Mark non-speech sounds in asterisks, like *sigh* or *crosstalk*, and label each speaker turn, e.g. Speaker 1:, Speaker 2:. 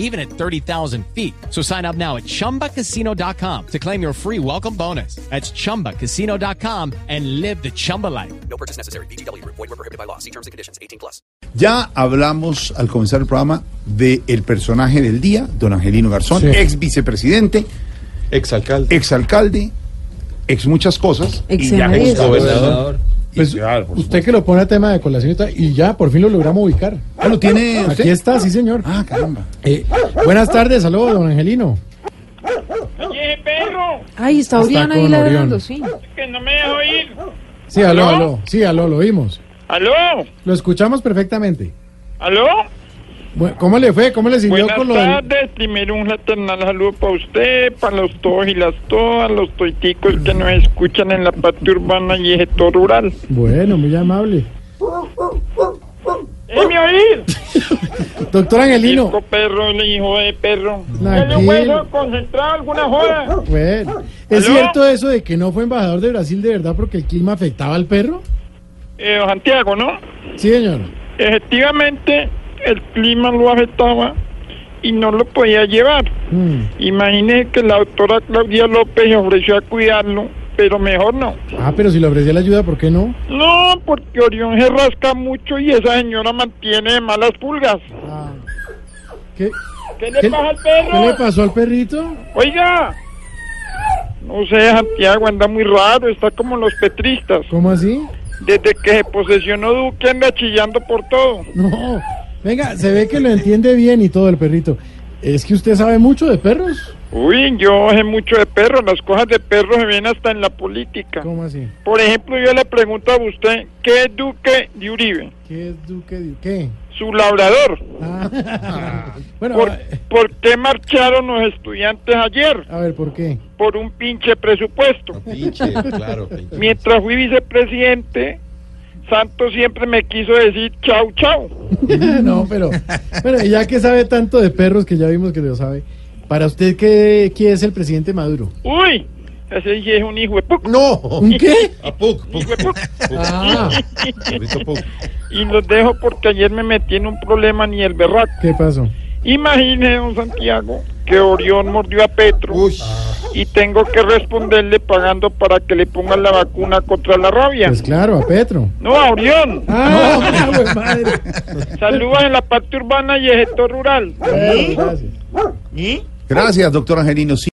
Speaker 1: even at 30,000 feet. So sign up now at ChumbaCasino.com to claim your free welcome bonus. That's ChumbaCasino.com and live the Chumba life.
Speaker 2: No purchase necessary. BGW. Void were prohibited by law. See terms and conditions. 18 plus.
Speaker 3: Ya hablamos al comenzar el programa del personaje del día, don Angelino Garzón, ex vicepresidente,
Speaker 4: Exalcalde.
Speaker 3: ex alcalde, ex muchas cosas.
Speaker 5: Ex
Speaker 3: y ya
Speaker 5: senador.
Speaker 4: Gobernador.
Speaker 3: Y
Speaker 6: Pues,
Speaker 3: claro, por
Speaker 6: usted que lo pone a tema de colación y, tal, y ya, por fin lo logramos ubicar.
Speaker 3: Ah, ¿lo tiene usted?
Speaker 6: Aquí está, sí, señor.
Speaker 3: Ah, caramba.
Speaker 6: Eh, buenas tardes, saludos, don Angelino.
Speaker 7: Oye, perro,
Speaker 5: Ay, está Orión ahí
Speaker 6: con
Speaker 5: ladrando,
Speaker 6: Orión.
Speaker 5: sí.
Speaker 7: que no me dejo ir.
Speaker 6: Sí, aló,
Speaker 7: ¿Aló?
Speaker 6: aló. Sí, aló, lo oímos.
Speaker 7: ¿Aló?
Speaker 6: Lo escuchamos perfectamente.
Speaker 7: ¿Aló?
Speaker 6: Bu- ¿Cómo le fue? ¿Cómo le sintió
Speaker 7: Buenas
Speaker 6: con lo del-
Speaker 7: tardes. Primero un fraternal saludo para usted, para los todos y las todas, los toiticos que nos escuchan en la parte urbana y el sector rural.
Speaker 6: Bueno, muy amable.
Speaker 7: ¡Déjeme oír!
Speaker 6: Doctor Angelino.
Speaker 7: Hijo perro, le hijo de perro. ¿Tiene
Speaker 6: Tranquilo.
Speaker 7: un hueso concentrado alguna hora?
Speaker 6: Bueno, ¿es
Speaker 7: ¿Aló?
Speaker 6: cierto eso de que no fue embajador de Brasil de verdad porque el clima afectaba al perro?
Speaker 7: Eh, Santiago, ¿no?
Speaker 6: Sí, señor.
Speaker 7: Efectivamente, el clima lo afectaba y no lo podía llevar.
Speaker 6: Mm.
Speaker 7: Imagínese que la doctora Claudia López ofreció a cuidarlo, pero mejor no.
Speaker 6: Ah, pero si le ofrecía la ayuda, ¿por qué no?
Speaker 7: No, porque Orión se rasca mucho y esa señora mantiene de malas pulgas.
Speaker 6: Ah. ¿Qué,
Speaker 7: ¿Qué le
Speaker 6: ¿Qué-
Speaker 7: pasa al
Speaker 6: ¿Qué le
Speaker 7: perro?
Speaker 6: pasó al perrito?
Speaker 7: Oiga, no sé, Santiago anda muy raro, está como los petristas.
Speaker 6: ¿Cómo así?
Speaker 7: Desde que se posesionó Duque anda chillando por todo.
Speaker 6: No, venga, se ve que lo entiende bien y todo el perrito. Es que usted sabe mucho de perros.
Speaker 7: Uy, yo sé mucho de perro, las cosas de perro se ven hasta en la política.
Speaker 6: ¿Cómo así?
Speaker 7: Por ejemplo, yo le pregunto a usted, ¿qué es Duque de Uribe?
Speaker 6: ¿Qué es Duque de qué?
Speaker 7: Su labrador.
Speaker 6: Ah, *laughs* bueno,
Speaker 7: ¿Por,
Speaker 6: a,
Speaker 7: por qué marcharon los estudiantes ayer?
Speaker 6: a ver, ¿por qué? *laughs*
Speaker 7: Por un pinche presupuesto.
Speaker 4: Pinche,
Speaker 7: *laughs*
Speaker 4: claro. pinche.
Speaker 7: Mientras fui vicepresidente, Santos siempre me quiso decir chau, chau.
Speaker 6: no, pero bueno, ya que sabe tanto de perros que ya vimos que lo sabe, ¿para usted qué, quién es el presidente Maduro?
Speaker 7: Uy, ese sí es un hijo de puc,
Speaker 4: No.
Speaker 6: ¿Un
Speaker 7: *laughs*
Speaker 6: qué?
Speaker 4: A Puc, Puc.
Speaker 7: hijo de puc.
Speaker 6: Ah,
Speaker 4: Ahorita Puc.
Speaker 7: Y los dejo porque ayer me metí en un problema ni el berraco.
Speaker 6: ¿qué pasó?
Speaker 7: Imagine, don Santiago, que Orión mordió a Petro
Speaker 4: Uy.
Speaker 7: y tengo que responderle pagando para que le pongan la vacuna contra la rabia.
Speaker 6: Pues claro, a Petro.
Speaker 7: *laughs* No, a Orión.
Speaker 6: Ah, *laughs* güey, madre.
Speaker 7: Saludos en la parte urbana y el sector rural.
Speaker 6: Bueno, gracias.
Speaker 3: Gracias, doctor Angelino.